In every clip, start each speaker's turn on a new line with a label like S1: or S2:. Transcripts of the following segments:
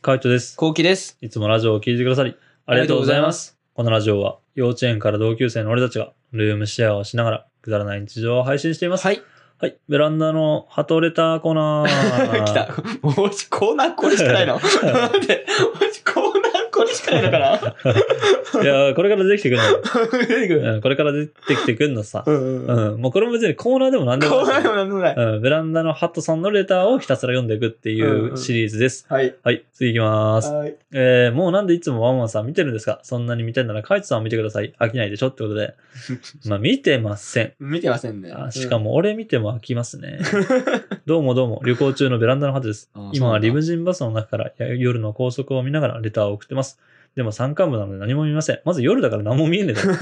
S1: カイトです。
S2: こうきです。
S1: いつもラジオを聴いてくださり、ありがとうございます。このラジオは、幼稚園から同級生の俺たちが、ルームシェアをしながら、くだらない日常を配信しています。
S2: はい。
S1: はい。ベランダのハトレターコーナー。
S2: 来た。もうコーナーこれしか ないの。なんで、もしコーナーこれしかないのかな
S1: いやー、これから出てきてくんの
S2: 出てくる。
S1: うん。これから出てきてくんのさ
S2: う。んうん。
S1: うん。もうこれも別にコーナーでも何で
S2: コ
S1: も
S2: ー
S1: な
S2: ナー
S1: い
S2: で。もなんでもない。
S1: うん。ベランダのハトさんのレターをひたすら読んでいくって
S2: うん
S1: いううんシリーズです。
S2: はい。
S1: はい。次行きます。
S2: はい。
S1: えー、もうなんでいつもワンワンさん見てるんですかそんなに見たいならカイトさんを見てください。飽きないでしょってこと で。まあ見てません。
S2: 見てませんね。
S1: あしかも俺見ても飽きます ね。どうもどうも、旅行中のベランダの鳩です
S2: あそうなん。だ
S1: 今はリムジンバスの中からや夜の高速を見ながらレターを送ってます。でも山間部なので何も見ません。まず夜だから何も見えねえだ ろ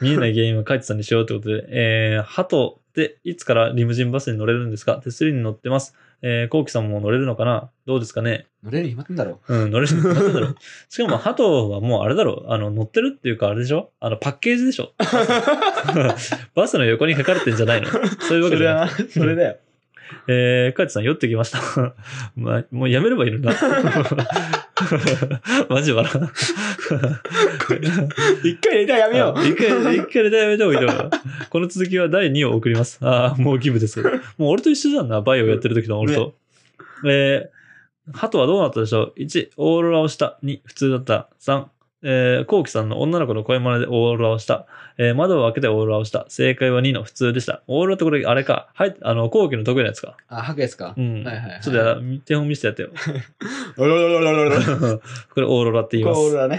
S1: 見えない原因はカイトさんにしようってことで。えー、鳩っていつからリムジンバスに乗れるんですか手すりに乗ってます。えー、コウキさんも乗れるのかなどうですかね
S2: 乗れる暇ってんだろ。
S1: うん、乗れる。乗ってんだろ。しかも、ハトはもうあれだろ。あの、乗ってるっていうか、あれでしょあの、パッケージでしょ バスの横に書かれてんじゃないのそういうわけ
S2: それ
S1: じゃない。
S2: は、それだよ。
S1: えー、カイトさん、酔ってきました。 まあ、もうやめればいいのにな。 マジ笑う。
S2: 一回ネタやめよう。
S1: 一回、一回でやめた方がいいと思う。この続きは第2を送ります。ああ、もう義務です。もう俺と一緒じゃんな、バイオやってる時の俺と。えー、ハトはどうなったでしょう ?1、オーロラをした。2、普通だった。3、えー、コウキさんの女の子の声真似でオーロラをした。えー、窓を開けてオーロラをした。正解は2の普通でした。オーロラってこれ、あれか。はい、あの、コウキの得意なやつか。
S2: あ、吐くやつか
S1: う。ん。
S2: はいはいはい
S1: ちょっとやら、手本見せてや ってよ。
S2: おろろろろろろ。こ
S1: これオーロラって
S2: れ
S1: 言います。
S2: 俺らね。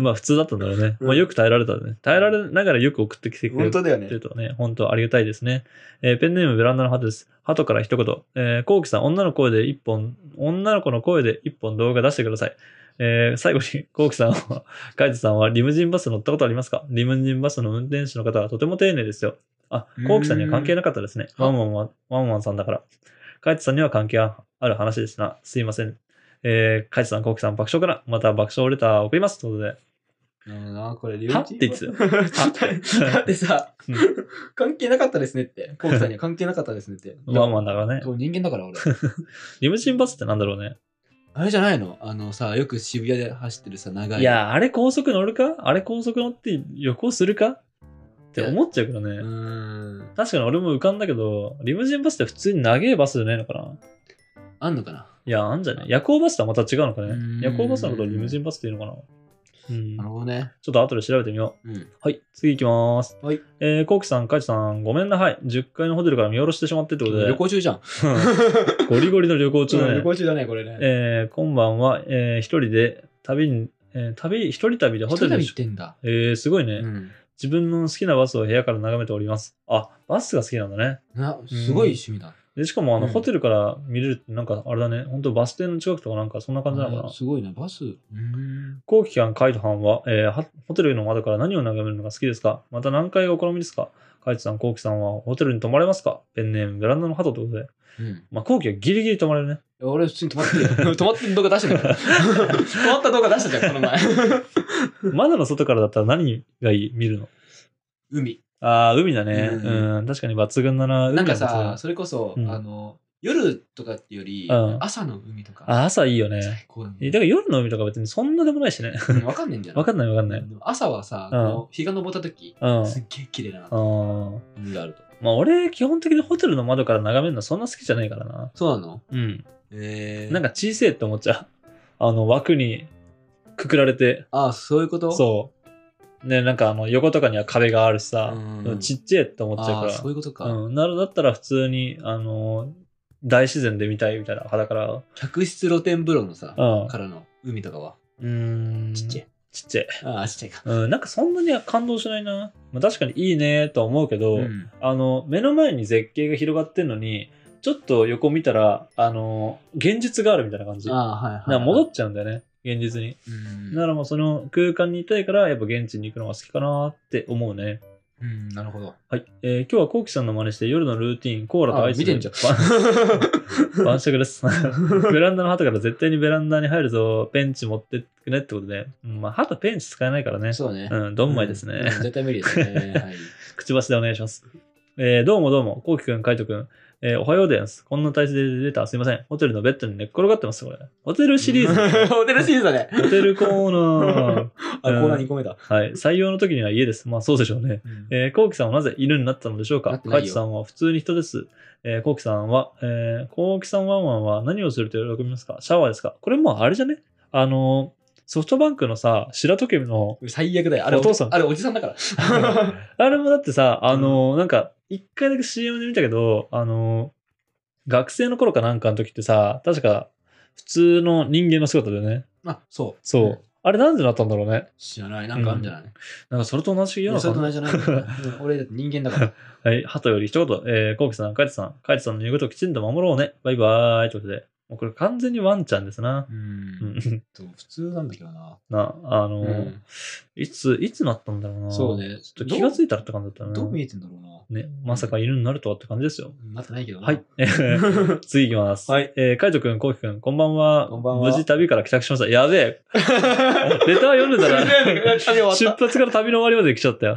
S1: まあ普通だったんだろうね。
S2: うん
S1: まあよく耐えられたね。耐えられながらよく送ってきてくれ
S2: 本
S1: る
S2: 当だよ
S1: っ
S2: ね
S1: て。いうとね、本当ありがたいですね。えーペンネームベランダの鳩です。鳩から一言。えー、こうきさん、女の声で一本、女の子の声で一本動画出してください。えー最後に、こうきさんは、 カイトさんはリムジンバス乗ったことありますかリムジンバスの運転手の方はとても丁寧ですよ。あ、こうきさんには関係なかったですね。
S2: うー
S1: ワ
S2: ん
S1: ンワンは、ワンワンさんだから。カイトさんには関係ある話でしたな。すいません。えー、カイトさん、こうきさん、爆笑から、また爆笑レターを送ります。ということで、
S2: あこれ、
S1: はって言ってたよ。
S2: だって だってさ
S1: う、
S2: 関係なかったですねって。コウキさんには関係なかったですねって。
S1: ワンワンだからね。
S2: そう人間だから俺。
S1: リムジンバスってなんだろうね。
S2: あれじゃないのあのさ、よく渋谷で走ってるさ、長い。
S1: い、や、あれ高速乗るかあれ高速乗って旅行するかって思っちゃうから
S2: う
S1: ね。
S2: ーん。
S1: 確かに俺も浮かんだけど、リムジンバスって普通に長いバスじゃないのかな
S2: あんのかない
S1: や、あんじゃね夜行バスとはまた違うのかね
S2: うん
S1: 夜行バスのことをリムジンバスっていうのかなうん
S2: な。るほどね。
S1: ちょっと後で調べてみよう。
S2: うん。
S1: はい、次行きます。
S2: はい。
S1: えー、コウキさん、カイチさん、ごめんなはい。10階のホテルから見下ろしてしまってってことで。
S2: 旅行中じゃ ん。
S1: ゴリゴリの旅行中だね。
S2: 旅行中だね、これね。
S1: えー、今晩は、えー、一人で旅に、えー旅、一人旅でホ
S2: ホ
S1: テ
S2: テ
S1: ル
S2: ル
S1: に
S2: 行ってんだ。
S1: えー、すごいね。
S2: うん。
S1: 自分の好きなバスを部屋から眺めております。あ、バスが好きなんだね。
S2: な、すごい趣味だ。
S1: で、しかもあの、
S2: うん
S1: ホテルから見れるって、なんかあれだね、本当バス停の近くとかなんかそんな感じなのか
S2: あ
S1: な。
S2: すごいね、バス。うーん。
S1: 後期間カイト班は、えーはホテルの窓から何を眺めるのが好きですかまた何階がお好みですかカイトさん、コウキさんはホテルに泊まれますかペンネーム、ベランダの鳩ってことで。
S2: うん。
S1: まあ、コウキはギリギリ泊まれ るね。
S2: 俺普通に止まってるよ。 止まってる動画出して るから。止まった動画出したじゃん、この前。
S1: 窓の外からだったら何がいい見るの
S2: 海。
S1: ああ、海だね。う、
S2: うんん
S1: 確かに抜群だな。海は
S2: なんか
S1: 抜群
S2: さ
S1: だ、
S2: それこそ、
S1: うん
S2: あの、夜とかってより、
S1: うん
S2: 朝の海とか。
S1: あ、朝いいよね。
S2: 最高だね
S1: えだから夜の海とか別にそんなでもないしね。
S2: うんわかんないんじゃない
S1: わかんないわかんない。
S2: でも朝はさ、
S1: うん
S2: この日が昇った時、
S1: うん。
S2: すっげえ綺麗だな
S1: あー
S2: 海があると。
S1: まあ俺、基本的にホテルの窓から眺めるのそんな好きじゃないからな。
S2: そうなの
S1: うん。
S2: え
S1: なんか小せえって思っちゃう。 あの枠にくくられて、
S2: あそういうことう。
S1: そう。ね、なんかあの横とかには壁があるしさ、
S2: うん
S1: ちっちゃえって思っちゃう
S2: あ
S1: か
S2: ー
S1: ら。
S2: そういうことか。
S1: うん。ならだったら普通に、あの、大自然で見たいみたいな派だから。
S2: 客室露天風呂のさ、
S1: うん
S2: からの海とかは。
S1: うん。
S2: ちっちゃ
S1: い
S2: い。。
S1: ちっちゃい。
S2: ああ、ちっちゃいか。
S1: うん、なんかそんなには感動しないな。まあ、確かにいいねとは思うけど、
S2: うん
S1: あの目の前に絶景が広がってるのにちょっと横見たらあの現実があるみたいな感じ
S2: あ
S1: な
S2: あ、はいはい。
S1: 戻っちゃうんだよね現実に
S2: うん
S1: ならもうその空間にいたいからやっぱ現地に行くのが好きかなって思うね
S2: うん、なるほど。
S1: はい、えー、今日はこうきさんの真似して夜のルーティンコーラとアイス
S2: あ見てんじゃん
S1: ん 晩酌です ベランダの鳩から絶対にベランダに入るぞペンチ持ってくねってことで、うんまあ、鳩ペンチ使えないからね
S2: そうね。
S1: うんどんまいですね、
S2: うん絶対無理ですね。はい。
S1: くちばしでお願いします。えーどうもどうも、こうきくん、かいとくん。えーおはようでんす。こんな体勢で出た。すいません。ホテルのベッドに寝っ転がってます、これ。ホテルシリー ズ。
S2: ズ。ホテルシリーズだね。
S1: ホテルコーナー。
S2: あ、コーナー2個目だ。
S1: はい。採用の時には家です。まあ、そうでしょうね。えー、こうきさんはなぜ犬になったのでしょう
S2: な
S1: か
S2: ってな
S1: か
S2: いよ
S1: いちさんは普通に人です。えー、こうきさんは、えー、こうきさんワンワンは何をすると喜びますかシャワーですかこれもうあれじゃねあのー、ソフトバンクのさ、白時計の、
S2: 最悪だよ。あれ、
S1: お父さん
S2: あれ、おじさんだ から。
S1: あれもだってさ、あのー、なんか、一回だけ CM で見たけど、あのー、学生の頃かなんかの時ってさ、確か、普通の人間の姿だよね。
S2: あ、そう。
S1: そう。あれなんでなったんだろうね。
S2: 知らない。なんかあるんじゃない
S1: なんかそれと同じ
S2: い
S1: ような
S2: それ
S1: 感
S2: と
S1: じ
S2: 同じじゃない。 うん俺、人間だから。
S1: はい、鳩より一言、えー、コウキさん、カイトさん、カイトさんの言うことをきちんと守ろうね。バイバーイ。ということで、もうこれ完全にワンちゃんですな。
S2: う。
S1: うんん、
S2: と普通なんだけどな。
S1: な、あのー
S2: うん
S1: いつ、いつなったんだろうな。
S2: そう。ね。
S1: ちょっと気がつ
S2: い
S1: いたらって感じだったな。
S2: どう見えてんだろうな。
S1: ね、まさか犬になるとはって感じですよ。
S2: なってないけどな。
S1: はい。 えー次行きます。
S2: はい。
S1: えー、カイトくん、コウキくん、こんばんは。
S2: こんばんは
S1: 無事旅から帰宅しました。やべえ。 レター読んでたら。出発から旅の終わりまで来ちゃ ったよ。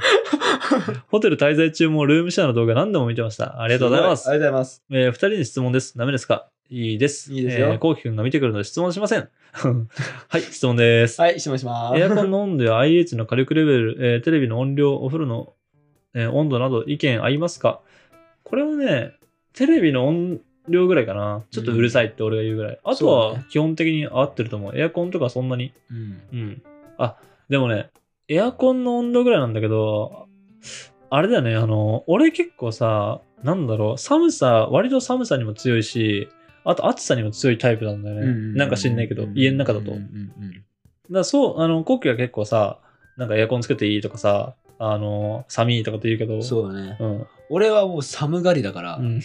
S1: ホテル滞在中もルームシェアの動画何度も見てました。あ
S2: あ
S1: りがとうございます。
S2: ありがとうございます。
S1: えー、二人に質問です。ダメですかいいです。
S2: いいですよ
S1: えー、こうきくんが見てくるので質問しません。 はい、質問です。
S2: はい、しましま
S1: エア
S2: す。
S1: コンの温度や IH の火力レベル、えーテレビの音量、お風呂の、えー温度など意見合いますかこれはね、テレビの音量ぐらいかな。ちょっとうるさいって俺が言うぐらい。あと
S2: そう
S1: は
S2: だね
S1: 基本的に合ってると思う。エアコンとかそんなに。
S2: うん。
S1: うん。あ、でもね、エアコンの温度ぐらいなんだけど、あれだよね、あの、俺結構さ、なんだろう、寒さ、割と寒さにも強いし、あと暑さにも強いタイプなんだよね。なんか知んないけど、家の中だと。
S2: うん
S1: だ
S2: う
S1: か
S2: ん
S1: らそう、あの、コキは結構さ、なんかエアコンつけていいとかさ、あの、寒いとかって言うけ
S2: う
S1: ど、
S2: んそうだね。
S1: うん。
S2: 俺はもう寒がりだから
S1: う、ん。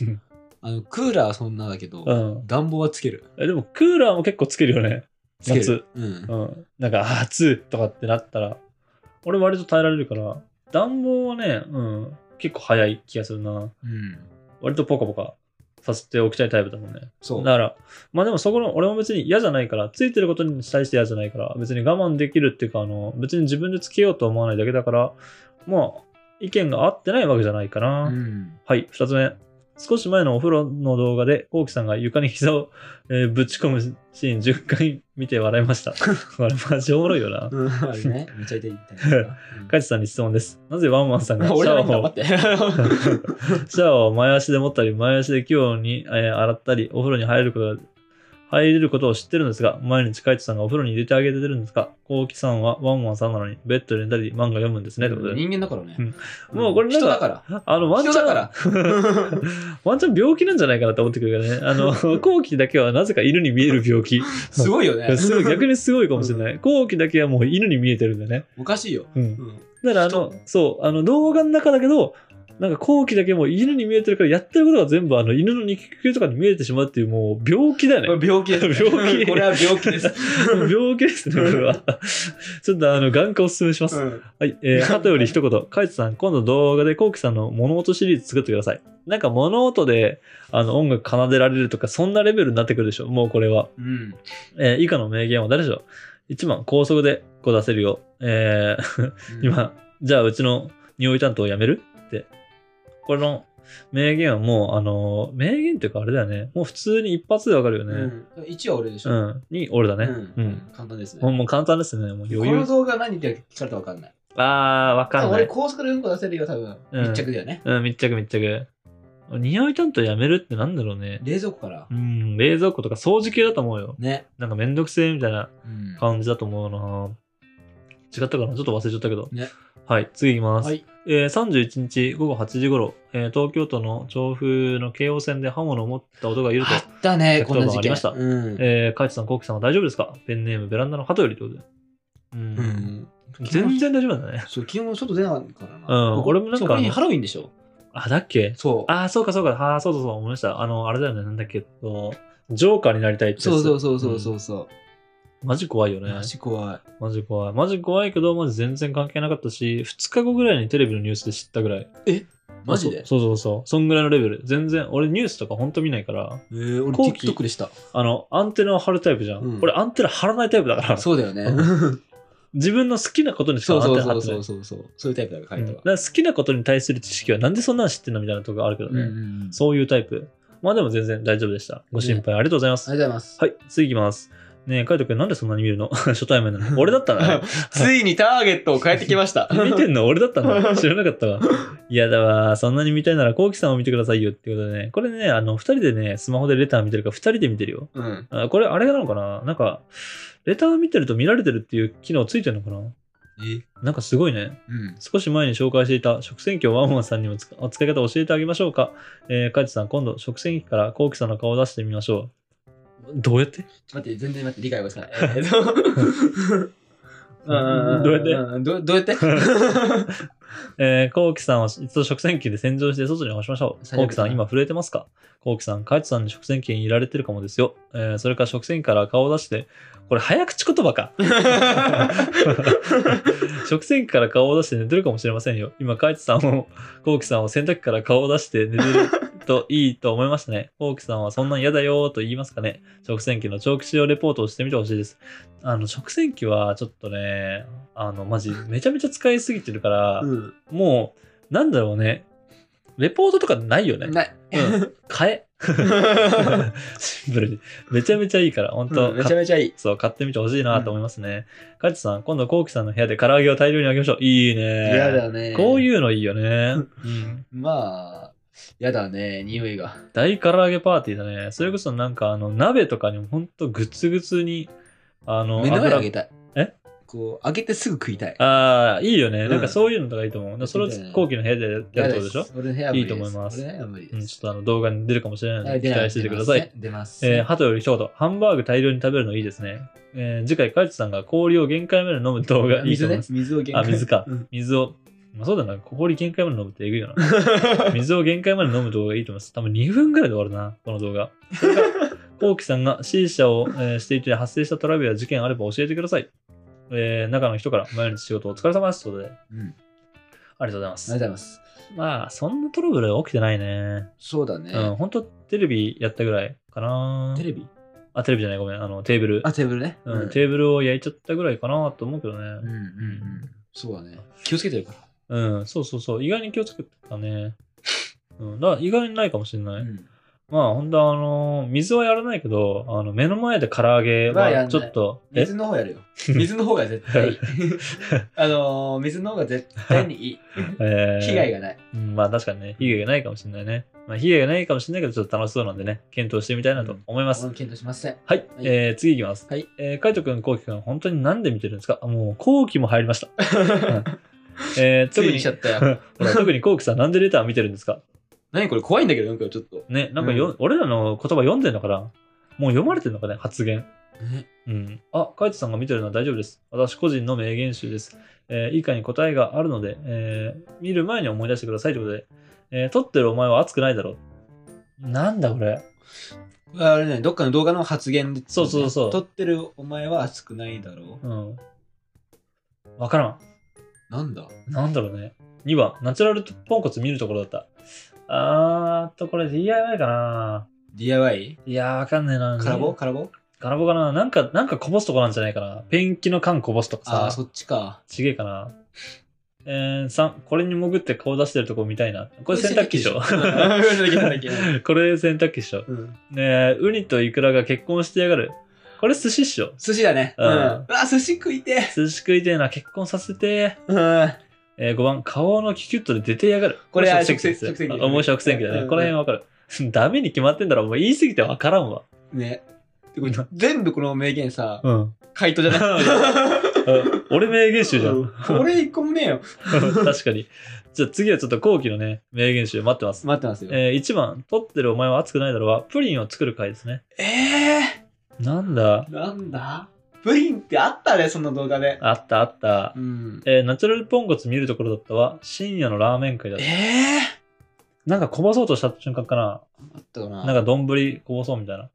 S2: あのクーラーはそんなだけど、
S1: うん。
S2: 暖房はつける。
S1: えでも、クーラーも結構つけるよね。
S2: つけ
S1: 夏
S2: る。。うん。
S1: うん、なんか暑いとかってなったら、俺割と耐えられるから、暖房はね、うん、結構早い気がするな。
S2: うん。
S1: 割とポカポカさせておきたいタイプだもんね。
S2: そ
S1: だ
S2: う。
S1: から、まあでもそこの、俺も別に嫌じゃないから、ついてることに対して嫌じゃないから、別に我慢できるっていうか、あの、別に自分でつけようと思わないだけだから、まあ、意見が合ってないわけじゃないかな。
S2: うん。
S1: はい、二つ目。少し前のお風呂の動画で、こうきさんが床に膝を、えーぶち込むシーン10回見て笑いま した。これマジおもろいよな。
S2: うんあれね、めちゃ痛いみた いな。うん
S1: カイチさんに質問です。なぜワンワンさんがシ
S2: 俺
S1: ャ
S2: じゃな
S1: ワ
S2: いんだ、
S1: ー
S2: 待
S1: を
S2: って。
S1: シャワーを前足で持ったり、前足で器用に、えー洗ったり、お風呂に入れることが入れることを知ってるんですが、毎日カイチさんがお風呂に入れてあげてるんですが、こうきさんはワンワンさんなのに、ベッドで寝たり、漫画読むんですね。ってことで
S2: 人間だからね
S1: う。んもうこれなんか
S2: 人だから。
S1: あの、ワンちゃ
S2: 人
S1: ん、
S2: だから。
S1: ワンちゃん病気なんじゃないかなと思ってくるけどね。あ の、後期だけはなぜか犬に見える病気。
S2: すごいよね。
S1: すごい逆にすごいかもしれない。後期だけはもう犬に見えてるんだね。
S2: おかしいよ。
S1: うん
S2: う。ん
S1: だからあの、そう、あの動画の中だけど、なんか後期だけもう犬に見えてるから、やってることが全部あの犬の肉球とかに見えてしまうっていう、もう病気だよね
S2: こ。れ病気ですね。
S1: 病気
S2: これは病気です。
S1: 病気ですね、こ れは。ちょっとあの、眼科おすすめします。
S2: うん
S1: はい、えー、鳩より一言、カイツさん、今度動画でコウキさんの物音シリーズ作ってください。なんか物音であの音楽奏でられるとか、そんなレベルになってくるでしょ、もうこれは。
S2: うん。
S1: えー以下の名言は誰でしょう ?1 番、高速でこう出せるよ。えー、今、じゃあうちの匂い担当やめるって。この名言はもう、あのー名言っていうかあれだよね。もう普通に一発でわかるよ
S2: う
S1: ね。
S2: ん。1は俺でし
S1: う
S2: ょ。
S1: ん。に、俺だね。
S2: うん
S1: うん。
S2: 簡単ですね。
S1: もうもう簡単ですね。もう
S2: こ
S1: 余
S2: の
S1: 裕。
S2: 動画何って聞かれたら分かんない。
S1: あー、わかんな
S2: 俺
S1: い。
S2: 高速でうんこ出せるよ、多分。
S1: うん
S2: 密着だよね。
S1: うん、密着密着。匂い担当やめるってなんだろうね。
S2: 冷蔵庫から
S1: う。ん、冷蔵庫とか掃除系だと思うよ。
S2: ね。
S1: なんかめんどくせえみたいな
S2: うん
S1: 感じだと思うな違ったかなちょっと忘れちゃったけど。
S2: ね
S1: はい、次いきます。
S2: はい。
S1: えー31日午後8時頃、えー東京都の調布の京王線で刃物を持った男がいると、
S2: あったね、こんな
S1: 110番
S2: 事
S1: あ
S2: 件。
S1: りました
S2: うん。
S1: えー、カイチさん、コウキさんは大丈夫ですかペンネーム、ベランダの鳩よりってことで。う。
S2: うんん。
S1: 全然大丈夫なんだね。
S2: そう、気温外出なかったからな。
S1: うん
S2: ここ
S1: 俺もなんか
S2: そこにハロウィンでしょ。
S1: あ、だっけ
S2: そう。
S1: あー、そうかそうか。あー、そうそうそう、思いました。あの、あれだよね、なんだっけ、えっとジョーカーになりたいってやつ
S2: そうそうそうそうそうそ
S1: マジ怖いよ
S2: う。
S1: ね
S2: マ。ジ怖い。
S1: マジ怖い。マジ怖いけど、マジ全然関係なかったし、2日後ぐらいにテレビのニュースで知ったぐらい。
S2: マジで
S1: そうそうそうそう。そんぐらいのレベル。全然、俺ニュースとかほんと見ないから、
S2: えー、俺
S1: 後期
S2: TikTok でした。
S1: あの、アンテナを張るタイプじゃん。
S2: うん
S1: 俺、アンテナ張らないタイプだから。
S2: そうだよね。
S1: 自分の好きなことにしか
S2: そう
S1: 当て
S2: そう
S1: はっ
S2: そう
S1: てない
S2: そう。そうそうそういうタイプだから
S1: うん
S2: 彼
S1: だ
S2: と
S1: か
S2: は、
S1: ら好きなことに対する知識はなんでそんなん知ってんのみたいなとこがあるけど
S2: うん
S1: ね、
S2: うんうん
S1: そういうタイプまあでも全然大丈夫でしたご心配ありがとうございます、
S2: ありがとうございます、
S1: はい次いきますねえ海斗君なんでそんなに見るの 初対面な の俺だったな
S2: ついにターゲットを変えてきました
S1: 見てんの俺だったの知らなかったわいやだわそんなに見たいならこうきさんを見てくださいよってことでねこれねあの2人でねスマホでレター見てるから2人で見てるよ
S2: うん
S1: あこれあれなのかななんかレター見てると見られてるっていう機能ついてるのかな
S2: え
S1: なんかすごいね
S2: うん
S1: 少し前に紹介していた食洗機をワンワンさんにも使お使い方を教えてあげましょうか。えー、カイトさん、今度食洗機からコウキさんの顔を出してみましょう。どうやって
S2: 待って全然待って理解がつか ないえーっと
S1: どうやって
S2: てどどうやって
S1: えー、コウキさんを一度食洗機で洗浄して外に干しましょう。
S2: 最
S1: コ
S2: 悪だな
S1: ウキさん、今震えてますかコウキさん、カイトさんに食洗機にいられてるかもですよ。えー、それから食洗機から顔を出して、これ早口言葉か。食洗機から顔を出して寝てるかもしれませんよ。今、カイツさん を、コウキさんを洗濯機から顔を出して寝てるといいと思いましたね。コウキさんはそんなん嫌だよーと言いますかね。食洗機の長期使用レポートをしてみてほしいです。あの、食洗機はちょっとね、あの、マジ、めちゃめちゃ使いすぎてるから、
S2: うん
S1: もう、なんだろうね。レポートとかないよね。
S2: ない
S1: うん。買 え。シンプルに。めちゃめちゃいいから、本当、
S2: うんめちゃめちゃいい
S1: そう、買ってみてほしいなと思いますね。カイトさん、今度、コウキさんの部屋で唐揚げを大量にあげましょう。いいね。
S2: 嫌だね
S1: こう
S2: う
S1: いうのいいよ ね。うん。
S2: まあ嫌だね匂いが
S1: 大唐揚げパーティーだね。それこそなんか、あの、鍋とかにもほんとグツグツに、あの、
S2: 目の前で
S1: 油
S2: あげたい
S1: え
S2: こうあげてすぐ食いたい
S1: ああ、いいよね。
S2: うん
S1: なんかそういうのとかいいと思う。だからそれを後期の部屋でやるってことでしょ
S2: 俺の部屋は無理
S1: いいと思います
S2: 俺の部屋は無理
S1: う
S2: で
S1: ん、
S2: す
S1: ちょっとあの動画に出るかもしれないの
S2: はい
S1: で期
S2: 出ない
S1: 待していてください。
S2: 出ますね。
S1: えー、
S2: 出ます
S1: ハトより一言、ハンバーグ大量に食べるのいいですね。えー次回、カイトさんが氷を限界まで飲む動画いいと
S2: 水
S1: 思い
S2: ね
S1: ま。す。
S2: 水を限
S1: あ水 か
S2: うん
S1: 水を、まあ、そうだな、氷限界まで飲むってえぐいよな。 水を限界まで飲む動画がいいと思います。多分2分ぐらいで終わるな、この動画。そ れからコウキさんが C 社を、えーしていて発生したトラブルや事件あれば教えてください。えー中の人から毎日仕事お疲れ様ですということで、
S2: うん
S1: ありがとうございま
S2: ありがとうご
S1: す。
S2: ざいます。
S1: まあ、そんなトラブルは起きてないね。
S2: そうだね。
S1: うん、本当テレビやったぐらいかな。
S2: テレビ
S1: あ、テレビじゃない、ごめん、あの、テーブル。
S2: あ、テーブルね。
S1: うん、
S2: ー
S1: テーブルを焼いちゃったぐらいかなと思うけど
S2: ブル。
S1: ね。
S2: うんうんうん。そうだね。気をつけてるか
S1: うん、そうそうそう。意外に気をつけたね。うん、だから意外にないかもしれない。
S2: ら。うん
S1: まあ、ほんとあのー水はやらないけど、あの、目の前で唐揚げ
S2: まあやんな
S1: はいちょっと、え
S2: 水の方 やるよ。水の方が絶対いい。 あのー、水の方が絶対にいい。
S1: えー
S2: 被害がない。
S1: うんまあ確かにね、被害がないかもしれないね。まあ、被害がないかもしれないけど、ちょっと楽しそうなんでね、検討してみたいなと思います。
S2: 俺も検討し ません。
S1: はい、えー、次いきます。
S2: はい。
S1: えー、カイトくん、コウキくん、本当になんで見てるんですかあもう、コウキも入りました。 えー、
S2: つ
S1: 特
S2: いに
S1: に
S2: しちゃ、ったよ。
S1: ほら特にコウキさん、なんでレター見てるんですか
S2: 何これ怖いんだけど、なんかちょっと。
S1: ね、なんかよ、俺らの言葉読んでんのかなもう読まれてんのかね、発言。
S2: ね
S1: うん、あ、カイトさんが見てるのは大丈夫です。私個人の名言集です。えー以下に答えがあるので、えー見る前に思い出してくださいということで、えー撮ってるお前は熱くないだろう。なんだこれ。
S2: これあれね、どっかの動画の発言で。
S1: そうそうそう
S2: 撮ってるお前は熱くないだろ
S1: うん。わからん。
S2: う。なんだ
S1: なんだろうね。2番、ナチュラルポンコツ見るところだった。あーっと、これ DIY かな
S2: ?DIY?
S1: いやー、わかんねえな。
S2: カラボカラボ
S1: ガラボかななんか、なんかこぼすとこなんじゃないかな。ペンキの缶こぼすとかさ。
S2: ああ、そっちか。
S1: ちげえかな。えー、3、これに潜って顔出してるとこ見たいな。これ洗濯機でしょ
S2: これ洗濯機洗濯機
S1: これ洗濯機でしょ。
S2: うん
S1: ねえ、ウニとイクラが結婚してやがる。これ寿司っしょ。
S2: 寿司だね。
S1: う
S2: うんん。うわ、寿司食いて
S1: 寿司食いてえな、結婚させて
S2: え。うん。
S1: えー、5番、顔のキュキュットで出てやがる。
S2: これ
S1: 食洗機
S2: 食洗機
S1: あもう食洗機だね。
S2: うん
S1: この辺わかる。ダメに決まってんだろ。もう言い過ぎてわからんわ。
S2: ね。でこれ全部この名言さ、
S1: うん。
S2: 回答じゃない。
S1: 俺名言集じゃん。
S2: うん俺一個もねえよ。
S1: 確かに。じゃあ次はちょっと後期のね、名言集待ってます。
S2: 待ってますよ。
S1: えー、1番、取ってるお前は熱くないだろうは、プリンを作る回ですね。
S2: え
S1: なんだ
S2: ー、なんだプリンってあったね、その動画で。
S1: あったあった
S2: う。ん。
S1: えー、ナチュラルポンコツ見るところだったは、深夜のラーメン会だった。
S2: え
S1: なんかこぼそうとした瞬間かな。
S2: ー、あったかな
S1: なんか丼こぼそうみたいな。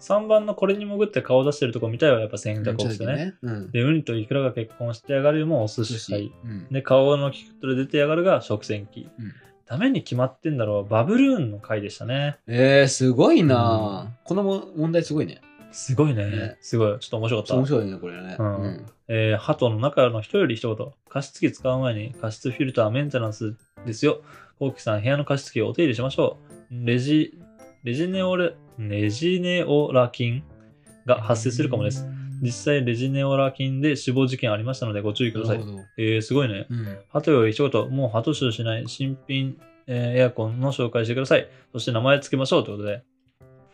S1: 3番のこれに潜って顔出してるとこ見たいはやっぱ洗濯をしてね。。
S2: うん。
S1: で、ウニとイクラが結婚してやがるよもお寿司会。
S2: うん。
S1: で、顔のキュッとで出てやがるが食洗機。
S2: うん
S1: ダメに決まってんだろうはバブルーンの回でしたね。
S2: えー、すごいうなこの問題すごいね。
S1: すごいね
S2: ね。
S1: すごい。ちょっと面白か
S2: 面
S1: った。
S2: 白いね、これね。
S1: うんえー、ハトの中の人より一言。加湿器使う前に加湿フィルターメンテナンスですよ。コウキさん、部屋の加湿器をお手入れしましょう。レジ、レジネオレ、レジネオラ菌が発生するかもです。。実際、レジネオラ菌で死亡事件ありましたのでご注意
S2: な
S1: く
S2: る
S1: ださい
S2: ほ。ど。
S1: えー、すごいね。
S2: うん。
S1: ハトより一言、もうハト臭しない新品、えーエアコンの紹介してください。そして名前つけましょうということで、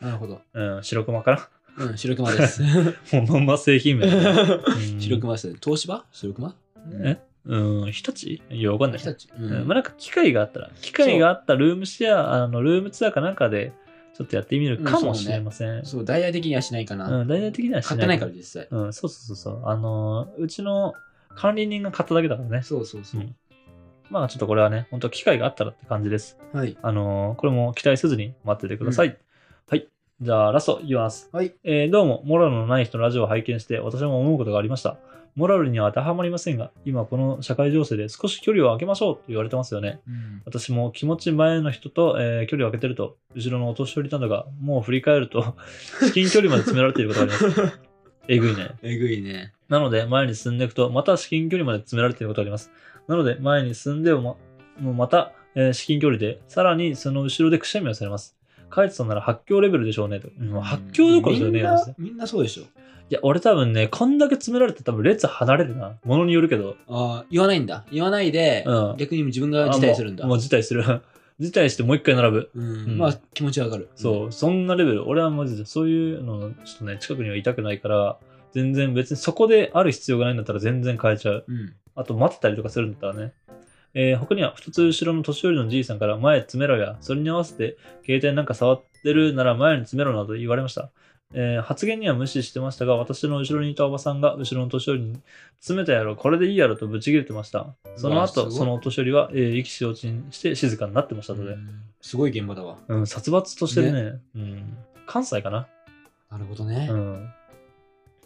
S2: なるほ ど。
S1: うん、白熊か
S2: うん、白 熊です。
S1: な もうまんま製 品名だね、うん
S2: 白熊ですね。東芝白熊
S1: えうん、日立いや、わかんない。
S2: 日立。
S1: う、
S2: うん
S1: まあ、なんか機会があったら、機会があったルームシェア、あのルームツアーかなんかで、ちょっとやってみるかもしれません。うん、
S2: そう、ダイヤ的にはしないかな。
S1: 大々的にはし
S2: 買
S1: ない。
S2: ってないから、実際。
S1: ら。うん、そうそうそうそう。あのー、うちの管理人が買っただけだからね。
S2: そうそうそう
S1: う。んまあ、ちょっとこれはね、本当機会があったらって感じです。
S2: はい。
S1: あのーこれも期待せずに待っててください。はい。じゃあ、ラスト言います。
S2: はい。
S1: えーどうも、モラルのない人のラジオを拝見して、私も思うことがありました。モラルには当てはまりませんが、今この社会情勢で少し距離を空けましょうと言われてますよね。
S2: うん
S1: 私も気持ち前の人と、えー距離を空けてると、後ろのお年寄りなどが、もう振り返ると、至近距離まで詰められていることがあります。 えぐいね。
S2: えぐいね。
S1: なので、前に進んでいくと、また至近距離まで詰められていることがあります。なので、前に進んでも、もうまた、えー至近距離で、さらにその後ろでくしゃみをされます。カイトさんなら発狂レベルでしょうねと。うん発狂どころじゃねえ
S2: みん
S1: よ。マ
S2: な
S1: ジで
S2: みんなそうでしょ。
S1: いや、俺多分ね、こんだけ詰められて多分列離れるな。ものによるけど。
S2: ああ、言わないんだ。言わないで
S1: うん、
S2: 逆に自分が辞退するんだ
S1: あもう。もう辞退する。 辞退してもう一回並ぶ。う
S2: う
S1: ん
S2: んまあ、気持ちはわかる。
S1: そう、そんなレベル。俺はマジで、そういうの、ちょっとね、近くにはいたくないから、全然別にそこである必要がないんだったら全然変えちゃう。
S2: うん。
S1: あと待ってたりとかするんだったらね。えー他には、二つ後ろの年寄りのじいさんから前詰めろや、それに合わせて携帯なんか触ってるなら前に詰めろなど言われました。えー発言には無視してましたが、私の後ろにいたおばさんが後ろの年寄りに詰めたやろ、これでいいやろとブチ切れてました。その
S2: わあす
S1: 後、
S2: ごい
S1: そのお年寄りは、えー意気消沈して静かになってましたので、
S2: うんすごい現場だわ。
S1: うん、殺伐としてるね。うん。関西かな。
S2: なるほどね
S1: う。ん。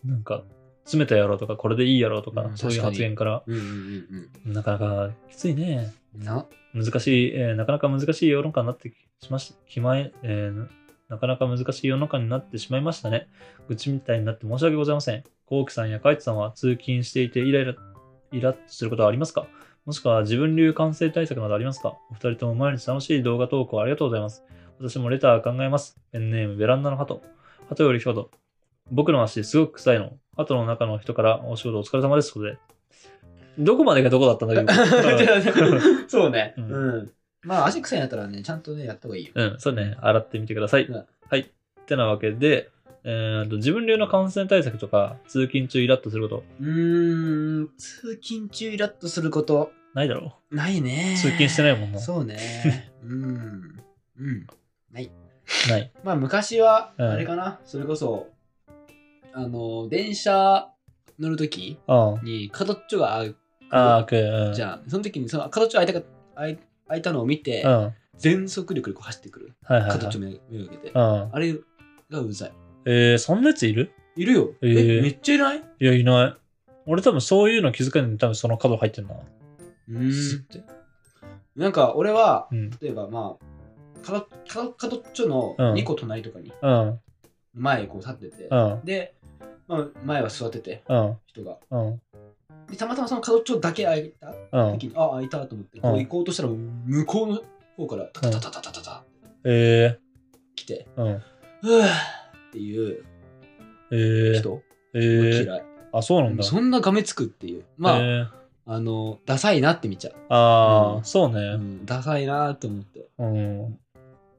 S1: なんか、詰めたやろうとか、これでいいやろうとか、
S2: うん
S1: そういう
S2: 確かに
S1: 発言から、
S2: うんうんうん
S1: なかなかきついね。
S2: うん。 な、
S1: 難しい、えーなかなか難しい世の中になってきまし、きまえ、えーなかなか難しい世の中になってしまいましたね。愚痴みたいになって申し訳ございません。コウキさんやカイツさんは通勤していてイライラ、イラッとすることはありますかもしくは自分流感染対策などありますかお二人とも毎日楽しい動画投稿ありがとうございます。私もレター考えます。ペンネームベランダの鳩。鳩よりひょど。僕の足すごく臭いの。鳩の中の人からお仕事お疲れ様です。ということで。どこまでがどこだったんだけ ど。
S2: そうね。
S1: う
S2: うんん。まあ、足臭いんやったらね、ちゃんとね、やった方がいいよ。
S1: うん、そうね、洗ってみてください。
S2: うん
S1: はい。ってなわけで、えーと自分流の感染対策とか、通勤中イラッとすること、
S2: うーん、通勤中イラッとすること、
S1: ないだろ
S2: ないね
S1: う。。通勤してないもんな。
S2: そうね。 うん。うん。
S1: ない。
S2: まあ、昔は、
S1: うん
S2: あれかな、それこそ、あの、電車乗るとき
S1: あ
S2: に、角っちょが開
S1: あ、あ
S2: く
S1: ーくうん。
S2: じゃん。その時に、その角っちょが開いたか開い開いたのを見て、
S1: うん。はい
S2: 全速力でこう走ってくる。
S1: はい、はい。
S2: 角っちょめめがけて。
S1: うん。
S2: あれがうざい。
S1: えー、そんなやついる
S2: いるよ。
S1: えー
S2: え、めっちゃいない
S1: いや、いない。俺多分そういうの気づかないんで、多分その角入ってんな。
S2: う
S1: スッ
S2: ん。
S1: て
S2: なんか、俺は、
S1: うん。
S2: 例えばまあ、角角角っちょの
S1: うん
S2: 2個隣とかに、
S1: うん。
S2: 前こう立ってて
S1: う、ん。
S2: で、まあ、前は座ってて、
S1: うん。
S2: 人が。
S1: うん。
S2: で、たまたまその角っちょだけ開いた
S1: うん。
S2: 時に、あ、開いたと思って、こう行こうとしたら、向こうの方から、タタタタタタタタ
S1: え
S2: 来て、
S1: ー、うん。
S2: ふぅっていう
S1: えー、
S2: 人、
S1: え
S2: 嫌い
S1: ー、。あ、そうなんだ。
S2: そんながめつくっていう。まあ、
S1: えー、
S2: あの、ダサいなって見ちゃ
S1: ああ、
S2: うん
S1: そう
S2: う。う
S1: ね。
S2: ん、ダサいなって思って。
S1: うん。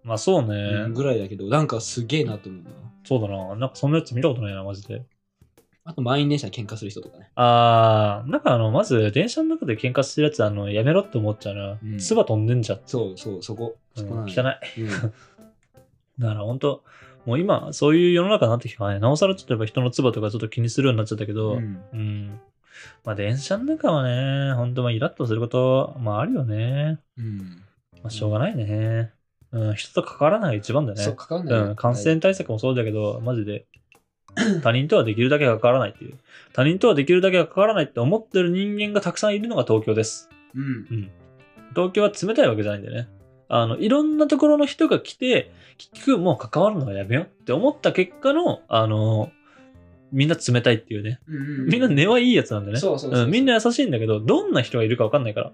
S1: まあ、そうね。
S2: うんぐらいだけど、なんかすげえなと思うな。
S1: そうだな。なんかそんなやつ見たことないな、マジで。
S2: あと、満員電車で喧嘩する人とかね。
S1: あー、なんかあの、まず電車の中で喧嘩してるやつ、あの、やめろって思っちゃうな。
S2: うん
S1: 唾飛んでんじゃん。
S2: そうそう、そこ。そこ
S1: うん
S2: な
S1: 汚
S2: の
S1: い。
S2: よ
S1: だから本当もう今、そういう世の中になってきたからね、なおさらちょっとやっぱ人の唾とかちょっと気にするようになっちゃったけ
S2: う
S1: ど、
S2: ん。う
S1: うん。
S2: ん
S1: まあ電車の中はね、本当まあイラッとすること、まああるよね。
S2: うん。
S1: まあしょうがないね。うん、人と関わらないが一番だね。
S2: そう、かかんないよ
S1: うん、感染対策もそうだけど、マジ で、他人とはできるだけ関わらないっていう。他人とはできるだけ関わらないって思ってる人間がたくさんいるのが東京です。
S2: うん。
S1: 東京は冷たいわけじゃないんだよね。あの、いろんなところの人が来て、結局もう関わるのはやめようって思った結果の、あの、みんな冷たいっていうね。みんな根はいいやつなんだよね。
S2: そうそうそうそう
S1: うんみんな優しいんだけど、どんな人がいるか分かんないから。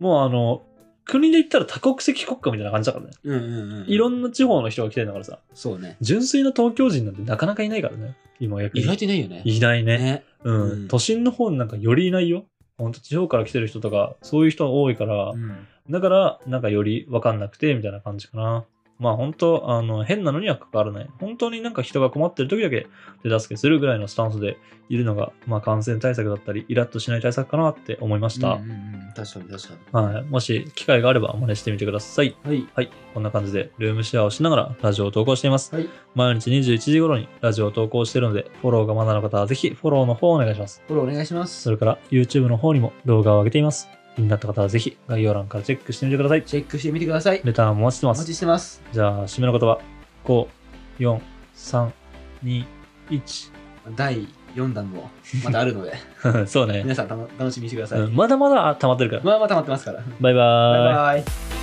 S1: もうあの、国で言ったら多国籍国家みたいな感じだからね。
S2: うんうんうん。
S1: いろんな地方の人が来てるんだからさ。
S2: そうね。
S1: 純粋な東京人なんてなかなかいないからね。今逆に。
S2: 意外といないよね。
S1: いないね。
S2: ね。
S1: うん。
S2: うん
S1: 都心の方になんかよりいないよ。ほんと地方から来てる人とか、そういう人が多いから、
S2: うん
S1: だから、なんかより分かんなくて、みたいな感じかな。まあ本当、あの、変なのには関わらない。本当になんか人が困ってる時だけ手助けするぐらいのスタンスでいるのが、まあ感染対策だったり、イラッとしない対策かなって思いました。
S2: うんうんうん確かに確か
S1: はい。もし機会があれば真似してみてください。
S2: に。はい。
S1: はい。こんな感じで、ルームシェアをしながらラジオを投稿しています。
S2: はい。
S1: 毎日21時頃にラジオを投稿しているので、フォローがまだの方はぜひフォローの方をお願いします。
S2: これお願いします
S1: そ。れから YouTube の方にも動画を上げています。気になった方はぜひ概要欄からチェックしてみてください。
S2: チェックしてみてください。
S1: レターもお待ちして
S2: お
S1: ま
S2: 待
S1: す。
S2: ちしてます。
S1: じゃあ、締めの言葉。5、4、3、2、1。
S2: 第4弾もまだあるので、
S1: そうね。
S2: 皆さんたの楽しみにしてください。
S1: うんまだまだ溜まってるから。
S2: まあまあ溜まってますから。
S1: バイバーイ。
S2: バイバイ。